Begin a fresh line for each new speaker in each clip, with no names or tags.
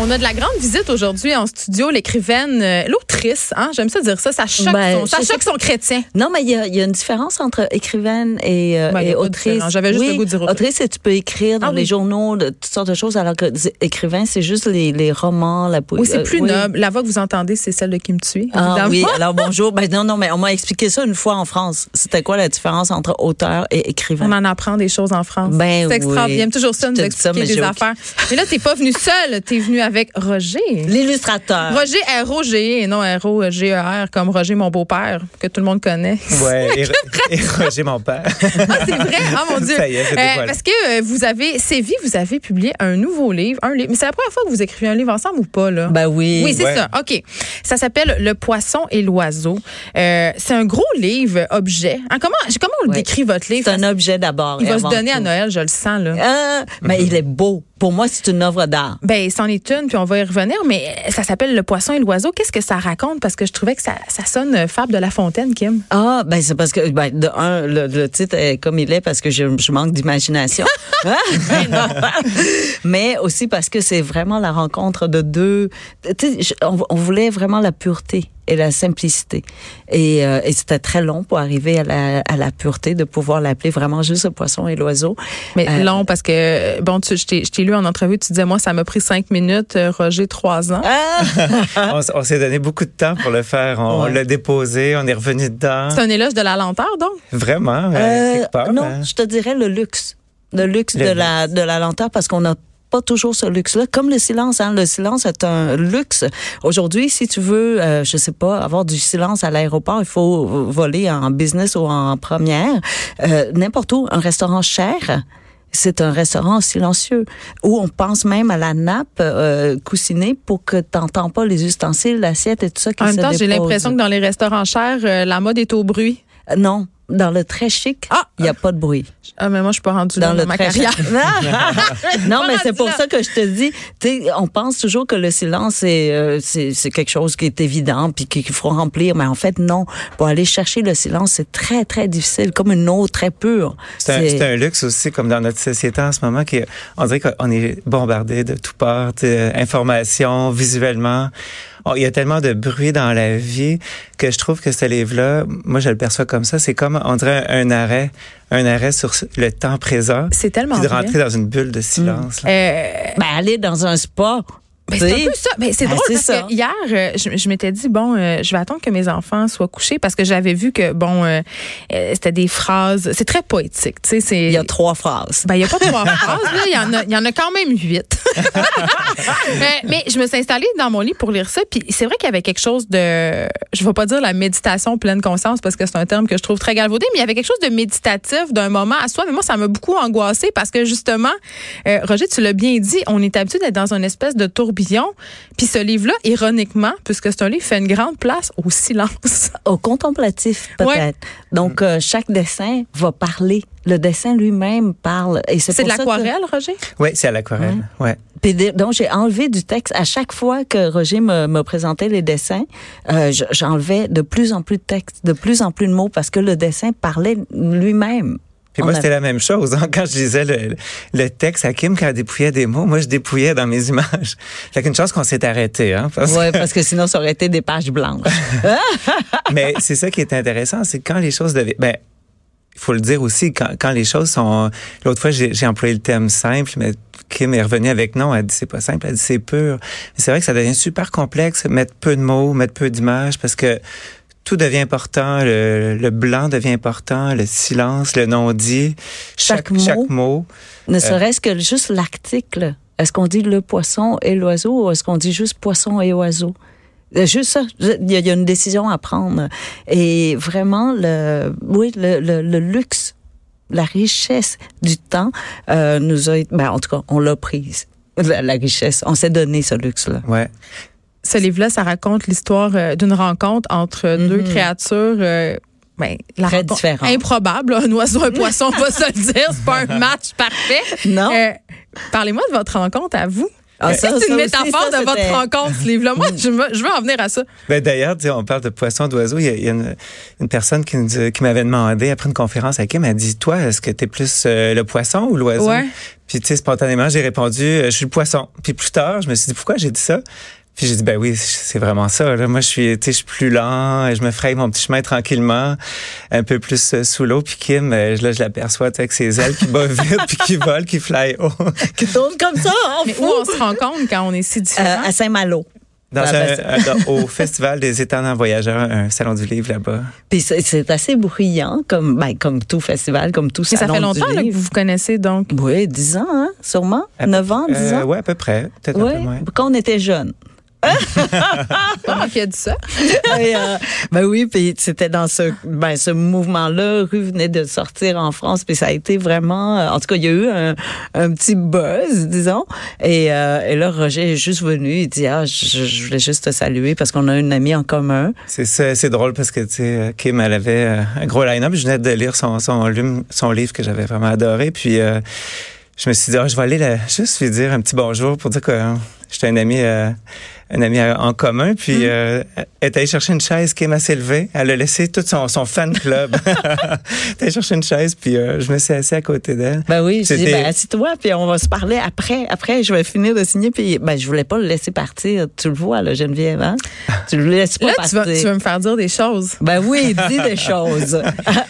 On a de la grande visite aujourd'hui en studio, l'écrivaine, euh, l'autrice, hein, j'aime ça dire ça, ça choque,
Ben,
son, ça
c'est
choque son chrétien.
Non, mais il y, a- il y a une différence entre écrivaine et, euh,
Ben, il y a
et
pas de
autrice.
différence. J'avais juste
Oui,
le goût de dire autrice.
autrice. c'est tu peux écrire dans
Ah oui.
les journaux, de, toutes sortes de choses, alors que z- écrivain, c'est juste les, les romans, la poésie.
Oui, c'est
euh,
plus noble. La voix que vous entendez, c'est celle de Kim Thuy, évidemment.
Ah oui, alors bonjour. Ben non, non, mais on m'a expliqué ça une fois en France. C'était quoi la différence entre auteur et
On
écrivain?
en apprend des choses en France.
Ben
Ah, c'est extraordinaire.
oui.
J'aime toujours ça,
Je
nous
te dis
expliquer
ça, mais
des
j'ai
affaires. Mais là, t'es pas venu seul, t'es venu avec Roger.
L'illustrateur.
Roger R-O-G-E E, et non R-O-G-E-R, E comme Roger, mon beau-père, que tout le monde connaît.
Ouais, et, et Roger, mon père.
Ah, c'est vrai? Ah, mon Dieu.
Ça y est, je dévoile.
parce que euh, vous avez, Sévi, vous avez publié un nouveau livre, un livre. Mais c'est la première fois que vous écrivez un livre ensemble ou pas, là?
Ben oui.
Oui, c'est
Ouais.
ça. OK. Ça s'appelle Le poisson et l'oiseau. Euh, c'est un gros livre, objet. Hein, comment, comment on le
Ouais.
décrit, votre livre?
c'est un objet d'abord.
Il
et
va se
avant
donner à
tout.
Noël, Mhm. je le sens, là.
Ah, Mais il est beau. Pour moi, c'est une œuvre d'art.
Ben, c'en est une, puis on va y revenir, mais ça s'appelle Le poisson et l'oiseau. Qu'est-ce que ça raconte? Parce que je trouvais que ça, ça sonne euh, Fable de la Fontaine, Kim.
Ah, ben c'est parce que, ben, de un, le, le titre est comme il est parce que je, je manque d'imagination. Hein? Mais aussi parce que c'est vraiment la rencontre de deux. tu sais, je- on, on voulait vraiment la pureté et la simplicité. Et, euh, et c'était très long pour arriver à la, à la pureté, de pouvoir l'appeler vraiment juste le poisson et l'oiseau.
Mais
Euh,
long, parce que, euh, bon, tu, je t'ai je t'ai lu en entrevue, tu disais, moi, ça m'a pris cinq minutes, euh, Roger, trois ans.
Ah!
On, s- on s'est donné beaucoup de temps pour le faire. On,
Ouais.
l'a déposé, on est revenu dedans.
C'est un éloge de la lenteur, donc?
Vraiment,
Euh,
euh, quelque part,
non,
hein.
je te dirais le luxe. Le luxe
Le
de la de la lenteur parce qu'on n'a pas toujours ce luxe-là, comme le silence. Hein. Le silence est un luxe. Aujourd'hui, si tu veux, euh, je sais pas, avoir du silence à l'aéroport, il faut voler en business ou en première. Euh, N'importe où, un restaurant cher, c'est un restaurant silencieux où on pense même à la nappe euh, coussinée pour que t'entends pas les ustensiles, l'assiette et tout ça qui
En même
se
temps, j'ai
dépose.
l'impression que dans les restaurants chers, euh, la mode est au bruit.
Euh, non, dans le très chic, il
Ah!
y a pas de bruit.
Ah, mais moi, je suis pas rendue
dans
là
le
ma
très
carrière.
non, mais
Pas
c'est
rendu
pour
là.
ça que je te dis, tu sais, on pense toujours que le silence c'est euh, c'est c'est quelque chose qui est évident puis qu'il faut remplir, mais en fait non, pour aller chercher le silence, c'est très très difficile, comme une eau très pure.
C'est un, c'est un luxe aussi, comme dans notre société en ce moment, qui, on dirait qu'on est bombardé de toutes parts, tu sais, informations, visuellement. On- Il y a tellement de bruit dans la vie que je trouve que ce livre-là, moi, je le perçois comme ça. C'est comme, on dirait un, un arrêt, un arrêt sur le temps présent.
C'est tellement
Puis de
vrai.
rentrer dans une bulle de silence. là.
Euh,
Ben, aller dans un spa,
Ben,
tu
c'est un
sais.
peu ça. Ben, c'est
Ben,
drôle
c'est
parce
ça.
que hier, euh, je, je m'étais dit, bon, euh, je vais attendre que mes enfants soient couchés parce que j'avais vu que, bon, euh, euh, c'était des phrases. C'est très poétique, tu sais. c'est-
il y a trois phrases.
Ben, il n'y a pas trois phrases, là. Il y en a- il y, en a quand même huit. Euh, mais je me suis installée dans mon lit pour lire ça. Puis c'est vrai qu'il y avait quelque chose de. Je ne vais pas dire la méditation pleine conscience parce que c'est un terme que je trouve très galvaudé, mais il y avait quelque chose de méditatif d'un moment à soi. Mais moi, ça m'a beaucoup angoissée parce que justement, euh, Roger, tu l'as bien dit, on est habitué d'être dans une espèce de tourbillon. Puis ce livre-là, ironiquement, puisque c'est un livre, fait une grande place au silence.
Ben, au contemplatif peut-être.
Ouais.
Donc euh, chaque dessin va parler, le dessin lui-même parle et c'est
C'est de
pour ça que-
l'aquarelle, Roger?
Oui, c'est à l'aquarelle. Ouais.
Puis de- donc j'ai enlevé du texte à chaque fois que Roger me, me présentait les dessins, euh, je- j'enlevais de plus en plus de texte, de plus en plus de mots parce que le dessin parlait lui-même.
Puis
On
moi,
a-
c'était la même chose. hein. Quand je lisais le, le texte à Kim, quand elle dépouillait des mots, moi, je dépouillais dans mes images. Fait qu'une chance qu'on s'est arrêté. Hein, parce-
Ouais, parce que sinon ça aurait été des pages blanches.
Mais c'est ça qui est intéressant, c'est quand les choses deviennent... Ben, il faut le dire aussi, quand, quand les choses sont... L'autre fois, j'ai j'ai employé le terme simple, mais Kim est revenue avec non, elle dit c'est pas simple, elle dit c'est pur. Mais c'est vrai que ça devient super complexe, mettre peu de mots, mettre peu d'images, parce que tout devient important, le, le blanc devient important, le silence, le non-dit,
Chaque mot.
chaque mot.
ne serait-ce que juste l'article. Est-ce qu'on dit le poisson et l'oiseau ou est-ce qu'on dit juste poisson et oiseau? Euh, Juste ça, il y, a- il y a une décision à prendre. Et vraiment, le, oui, le, le- le luxe, la richesse du temps euh, nous a... Ben, en tout cas, on l'a prise, la, la richesse. On s'est donné ce luxe-là.
Ouais.
ce livre-là, ça raconte l'histoire euh, d'une rencontre entre deux créatures. euh, ben, la
Mhm. Très
rencontre-
différentes.
Improbable. là. Un oiseau, un poisson, on va se le dire. C'est pas un match parfait.
Non.
Euh, Parlez-moi de votre rencontre à vous.
Ah, ça,
C'est
ça
une
aussi,
métaphore
ça,
de votre
c'était- Mhm.
rencontre, ce livre-là. Moi, je veux, je veux en venir à ça.
Ben d'ailleurs, tu sais, on parle de poissons d'oiseaux. Il y a, il y a une, une personne qui, nous dit- qui m'avait demandé après une conférence à qui m'a dit toi, est-ce que t'es plus euh, le poisson ou l'oiseau
Ouais.
Puis tu sais, spontanément, j'ai répondu euh, je suis le poisson. Puis plus tard, je me suis dit pourquoi j'ai dit ça Puis j'ai dit ben oui, c'est vraiment ça. Là. Moi, je suis, tu sais, je suis plus lent, je me fraye mon petit chemin tranquillement, un peu plus euh, sous l'eau. Puis Kim, euh, là, je l'aperçois tu sais, avec ses ailes qui battent vite, puis qui vole, qui fly haut.
Qui tourne comme ça, en
Mais où
fou.
on se rend compte quand on est si
Euh,
différent?
à Saint-Malo.
Dans
Ah,
un-
ben,
un- dans- au festival des étendants voyageurs, un salon du livre là-bas.
Puis c'est- c'est assez bruyant, comme, ben, comme tout festival, comme tout
Mais
salon
ça fait
du
longtemps là, que
livre.
vous vous connaissez, donc.
Oui, 10 ans, hein, sûrement. 9 ans, 10
Euh,
ans.
ouais, à peu près. Peut-être un peu
oui,
moins.
quand on était jeunes. Ah,
Comment qui a dit Ah, ça?
Et, euh, ben oui, puis c'était dans ce ben ce mouvement-là, Rue venait de sortir en France, puis ça a été vraiment, euh, en tout cas, il y a eu un, un petit buzz, disons. Et, euh, et là, Roger est juste venu, il dit ah, je, je voulais juste te saluer parce qu'on a une amie en commun.
C'est ça, c'est drôle parce que tu sais, Kim, elle avait euh, un gros line-up. Je venais de lire son son, lume- son livre que j'avais vraiment adoré. Puis euh, je me suis dit, Ah, je vais aller la- juste lui dire un petit bonjour pour dire que euh, j'étais un ami, euh, un ami euh, en commun. Puis
Mm.
euh, elle est allée chercher une chaise. Kim a s'est levée. Elle a laissé tout son, son fan club. elle est allée chercher une chaise. Puis euh, je me suis assis à côté d'elle.
Ben oui, j'ai dit
C'était-
ben assis-toi, puis on va se parler après. Après, je vais finir de signer, puis ben je voulais pas le laisser partir. Tu le vois, là, Geneviève, hein Tu le laisses pas
Là, tu
partir.
vas, tu vas me faire dire des choses.
Ben oui, dis des choses.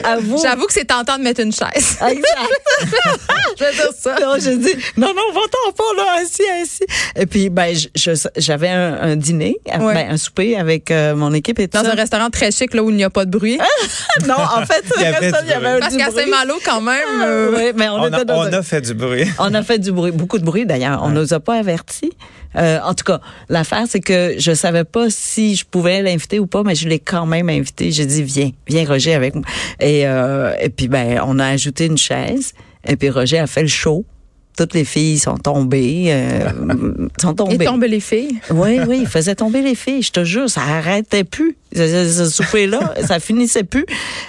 Avoue.
J'avoue que c'est tentant de mettre une chaise.
Exact.
je vais dire ça.
Non, je dis, non, non, va-t'en pas, là, assis, assis. Et puis, ben, je- je- j'avais un, un dîner, euh,
Ouais.
ben, un souper avec euh, mon équipe et tout
Dans
ça.
un restaurant très chic, là, où il n'y a pas de bruit.
non, en fait,
Il y avait
personne, il
du
y avait
bruit.
un
Parce
du
qu'à
bruit.
Saint-Malo, quand même.
Euh,
euh,
ouais, mais on,
On a,
était dans
on
un-
a fait du bruit.
on a fait du bruit, beaucoup de bruit d'ailleurs. On nous a pas avertis. Euh, en tout cas, l'affaire, c'est que je savais pas si je pouvais l'inviter ou pas, mais je l'ai quand même invité. J'ai dit, viens, viens Roger avec moi. Et, euh, et puis, ben, on a ajouté une chaise. Et puis, Roger a fait le show. Toutes les filles sont tombées. euh, sont
Et
tombées.
tombent les filles.
Oui, oui, il faisait tomber les filles, je te jure, ça arrêtait plus. Ce, ce- ce souper-là, ça finissait plus.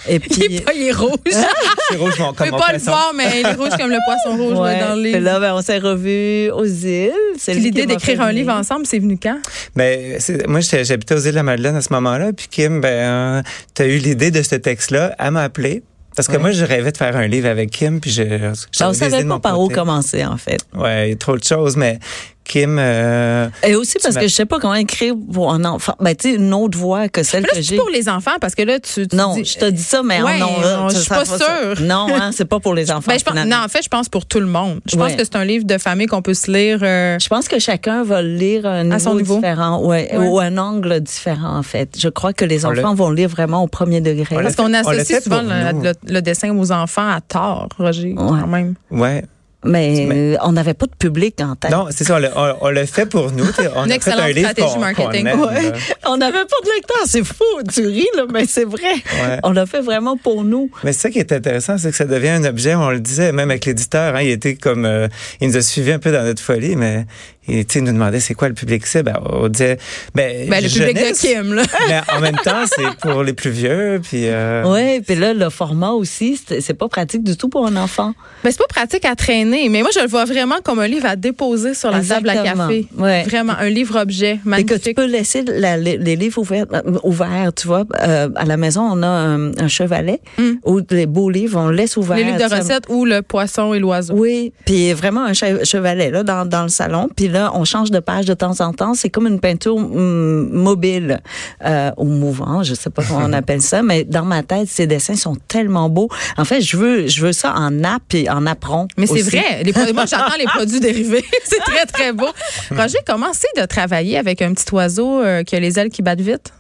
Et puis.
Il est pas, il est rouge.
Ah!
C'est rouge, mon,
Je
comme
peux
mon
pas le
poisson.
voir, mais il est rouge comme le poisson rouge là,
ouais.
dans le
Puis
livre.
là, ben, on s'est revus aux îles. C'est
Puis
lui qui
l'idée
m'a
d'écrire
fait
un
venir.
livre ensemble, c'est venu quand?
Ben, c'est- moi, j'étais- j'habitais aux îles de la Madeleine à ce moment-là. Puis Kim, ben, tu as eu l'idée de ce texte-là. Elle m'a appelé. Parce que
Ouais.
moi, je rêvais de faire un livre avec Kim. Puis je. je
Ben, on savait pas par où commencer, en fait.
Ouais, il y a trop de choses. Mais Kim. euh,
Et aussi parce
m'as-
que je sais pas comment écrire pour un enfant. Ben, tu sais, une autre voix que celle
Mais là,
que
c'est
j'ai.
pour les enfants, parce que là, tu, tu
Non,
dis- Ben,
je te dis ça, mais
Ouais,
non,
non,
tu
je suis
sais
pas
ça.
sûre.
Non, hein, c'est pas pour les enfants.
Ben, je pense-
finalement.
non, en fait, je pense pour tout le monde. Je pense
Ouais.
que c'est un livre de famille qu'on peut se lire. euh,
Je pense que chacun va lire un niveau,
À son niveau.
différent,
Ouais.
ouais, ou un angle différent en fait. Je crois que les
On l'a-
enfants vont lire vraiment au premier degré.
On l'a-
parce qu'on
fait- on l'a
associe
fait
souvent
pour
le,
nous.
le- le dessin aux enfants à tort, Roger, quand même.
ouais.
Mais
Mais-
euh, on n'avait pas de public en tête.
Non, c'est ça. On l'a- On on l'a fait pour nous. t'sais, On
Une
a fait
excellente
un livre
stratégie
qu'on- qu'on
marketing.
aime,
Ouais.
là.
On n'avait pas de lecteur, c'est fou. Tu ris là, mais c'est vrai.
Ouais.
On l'a fait vraiment pour nous.
Mais c'est ça qui est intéressant, c'est que ça devient un objet. On le disait même avec l'éditeur, hein, il était comme, euh, il nous a suivi un peu dans notre folie, mais il, tu sais, il nous demandait c'est quoi le public cible. Ben, on disait, ben,
Ben, le public de
jeunesse.
Kim, là.
mais en même temps, c'est pour les plus vieux, puis. euh,
Ouais, puis là le format aussi, c'est c'est pas pratique du tout pour un enfant.
Ben, c'est pas pratique à traîner, mais moi, je le vois vraiment comme un livre à déposer sur la table
Exactement.
à café.
Ouais.
Vraiment, un livre-objet
Et que tu
magnifique.
peux laisser la- les, les livres ouverts, euh, ouverts, tu vois. Euh, à la maison, on a un, un chevalet où les beaux livres, on le laisse ouverts.
Hmm. Les livres de
tu sais.
recettes ou le poisson et l'oiseau.
Oui, puis vraiment un che- chevalet là dans, dans le salon, puis là on change de page de temps en temps, c'est comme une peinture hum, mobile euh, ou mouvant, je sais pas comment on appelle ça, mais dans ma tête ces dessins sont tellement beaux. En fait, je veux je veux ça en nappe et en apron.
Mais c'est
aussi.
vrai. Les produits- moi, j'attends les produits dérivés. c'est très, très beau. Roger, comment c'est de travailler avec un petit oiseau euh, qui a les ailes qui battent vite?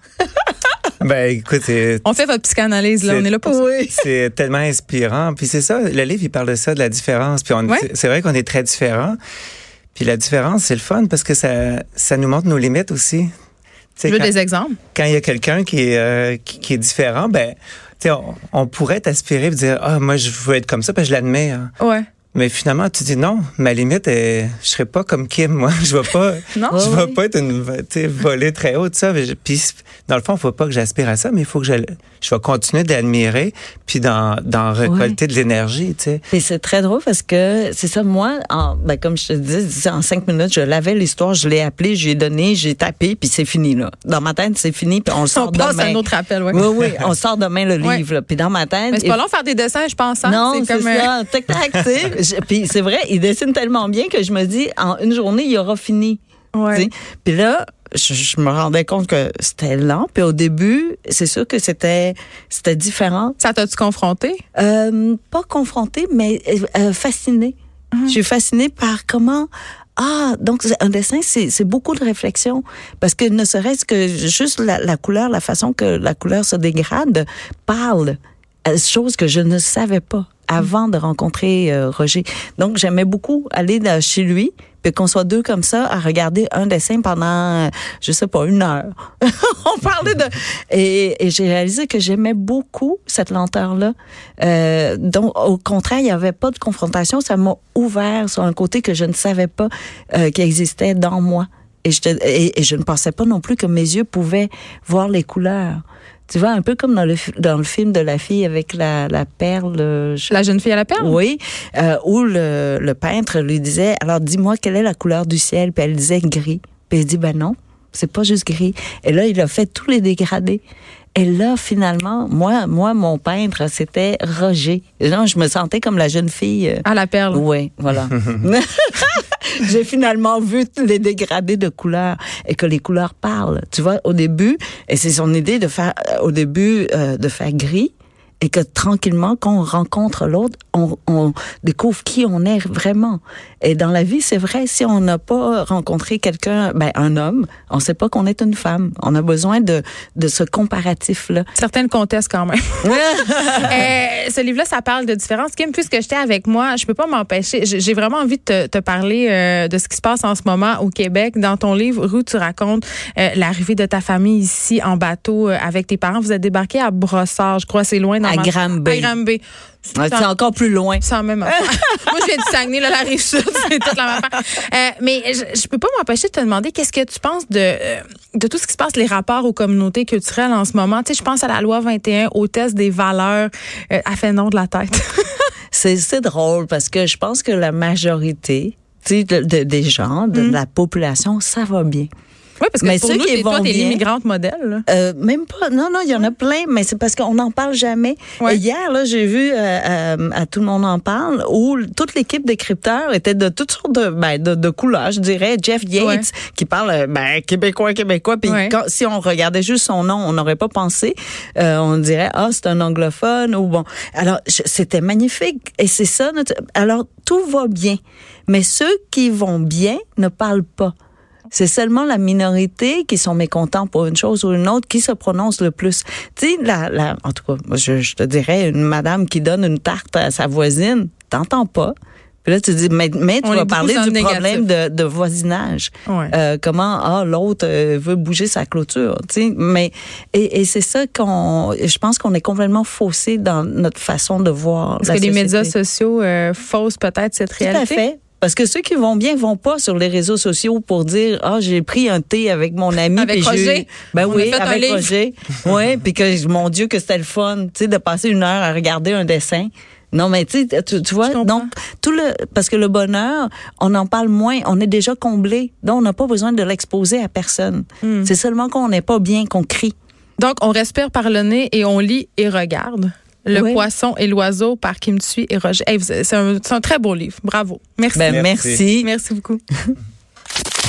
Ben, écoute, c'est.
On fait votre psychanalyse, là.
C'est-
On est là pour ça.
Oui.
c'est tellement inspirant. Puis c'est ça, le livre, il parle de ça, de la différence. Puis on,
Ouais.
c'est- c'est vrai qu'on est très différents. Puis la différence, c'est le fun parce que ça, ça nous montre nos limites aussi. Tu sais,
Je veux
quand-
des exemples.
quand il y a quelqu'un qui est euh, qui, qui est différent, ben tu sais, on, on pourrait t'aspirer et dire ah moi je veux être comme ça parce que je l'admire.
Ouais.
Mais finalement, tu dis non, ma limite, est, je serai pas comme Kim, moi. Je vais pas,
Non?
je
Ouais,
vais
ouais.
pas être une tu sais, volée très haute, ça. Mais je- Puis, dans le fond, faut pas que j'aspire à ça, mais il faut que je, je vais continuer d'admirer, puis d'en, d'en récolter de l'énergie, tu sais.
Et c'est très drôle parce que c'est ça, moi, en, ben, comme je te dis- disais, en cinq minutes, je l'avais l'histoire, je l'ai appelé, j'ai donné, j'ai tapé, puis c'est fini, là. Dans ma tête, c'est fini, puis on le
On
sort
passe à
demain.
un autre appel, ouais.
Oui, oui, on sort demain le
Ouais.
livre, là. Puis dans ma tête.
Mais c'est
et-
pas long de faire des dessins, je pense. hein?
non, c'est
euh,
ça, tac tac, tu sais. Je- Puis c'est vrai, il dessine tellement bien que je me dis en une journée, il aura fini.
Ouais.
tu sais. Puis là, je, je me rendais compte que c'était lent. Puis au début, c'est sûr que c'était c'était différent.
Ça t'a-tu confronté?
Euh, pas confrontée, mais euh, euh, fascinée. Je suis fascinée par comment. Ah, donc c'est- un dessin, c'est c'est beaucoup de réflexion. Parce que ne serait-ce que juste la, la couleur, la façon que la couleur se dégrade, parle. euh, Chose que je ne savais pas avant de rencontrer euh, Roger. Donc, j'aimais beaucoup aller dans- chez lui, puis qu'on soit deux comme ça, à regarder un dessin pendant, euh, je sais pas, une heure. On parlait de... Et, et j'ai réalisé que j'aimais beaucoup cette lenteur-là. Euh, donc, au contraire, il n'y avait pas de confrontation. Ça m'a ouvert sur un côté que je ne savais pas euh, qui existait dans moi. Et je, te- et, et je ne pensais pas non plus que mes yeux pouvaient voir les couleurs. Tu vois, un peu comme dans le, fi- dans le film de la fille avec la, la perle. euh, je-
La jeune fille à la perle?
oui, euh, où le, le peintre lui disait, alors dis-moi quelle est la couleur du ciel, puis elle disait gris. Puis il dit, ben non, c'est pas juste gris. Et là, il a fait tous les dégradés. Et là, finalement, moi, moi, mon peintre, c'était Roger. Non, je me sentais comme la jeune fille. euh,
À la perle.
oui, voilà. J'ai finalement vu tous les dégradés de couleurs et que les couleurs parlent. Tu vois, au début, et c'est son idée de faire, euh, au début, euh, de faire gris. Et que tranquillement, quand on rencontre l'autre, on, on découvre qui on est vraiment. Et dans la vie, c'est vrai, si on n'a pas rencontré quelqu'un, ben un homme, on ne sait pas qu'on est une femme. On a besoin de de ce comparatif-là.
Certaines contestent quand même. Euh, ce livre-là, ça parle de différence. Kim, puisque j'étais avec moi, je peux pas m'empêcher. J'ai j'ai vraiment envie de te, te parler euh, de ce qui se passe en ce moment au Québec. Dans ton livre, Rue, tu racontes euh, l'arrivée de ta famille ici en bateau euh, avec tes parents. Vous êtes débarqué à Brossard, je crois, c'est loin. dans
À
ma-
Granby.
À Granby.
C'est encore plus loin.
C'est la même affaire. Moi, je viens du Saguenay, là, la rive sud, c'est toute la même affaire. Euh, mais je, je peux pas m'empêcher de te demander qu'est-ce que tu penses de, euh, de tout ce qui se passe, les rapports aux communautés culturelles en ce moment. Tu sais, je pense à la loi 21, au test des valeurs, euh, à fait non de la tête.
c'est c'est drôle parce que je pense que la majorité tu sais, de, de- des gens, de
Mm.
la population, ça va bien.
oui, parce que
Mais
pour
ceux
nous,
qui
t'es- toi,
vont
t'es
bien-
l'immigrante modèle. là.
Euh, même pas. Non, non, il y en a plein, mais c'est parce qu'on n'en parle jamais.
Ouais.
Et Hier, là, j'ai vu euh, euh, à Tout le monde en parle où toute l'équipe des crypteurs était de toutes sortes de, ben, de, de couleurs, je dirais. Jeff Yates,
Ouais.
qui parle euh, ben, québécois, québécois. Puis
Ouais.
quand- si on regardait juste son nom, on n'aurait pas pensé. Euh, on dirait, ah, c'est un anglophone ou bon. Alors, je- c'était magnifique. Et c'est ça. Notre... Alors, tout va bien. Mais ceux qui vont bien ne parlent pas. C'est seulement la minorité qui sont mécontents pour une chose ou une autre qui se prononce le plus. Tu sais, la, la, en tout cas, moi, je, je te dirais, une madame qui donne une tarte à sa voisine, t'entends pas. Puis là, tu dis, mais, mais tu
On est
vas
beaucoup
parler
dans
du
le
problème de, de voisinage.
Ouais.
Euh, comment, ah, l'autre euh, veut bouger sa clôture, tu sais. Mais, et, et c'est ça qu'on, je pense qu'on est complètement faussé dans notre façon de voir
Est-ce
la
que les
société.
médias sociaux euh, faussent peut-être cette réalité?
Tout à fait. Parce que ceux qui vont bien vont pas sur les réseaux sociaux pour dire ah j'ai pris un thé avec mon ami
Avec
puis j'ai eu-
Roger.
ben
On
oui
a fait un
avec
livre.
Roger ouais puis que mon Dieu que c'était le fun tu sais de passer une heure à regarder un dessin non mais tu sais, tu tu vois
Je comprends.
donc tout le parce que le bonheur on en parle moins on est déjà comblé donc on n'a pas besoin de l'exposer à personne
Hmm.
c'est seulement qu'on n'est pas bien qu'on crie
Donc, on respire par le nez et on lit et regarde. Le
Ouais.
poisson et l'oiseau par Kim Thuy et Roger. Hey, vous- c'est un, c'est un très beau livre. Bravo. Merci.
ben
Merci.
merci.
Merci beaucoup.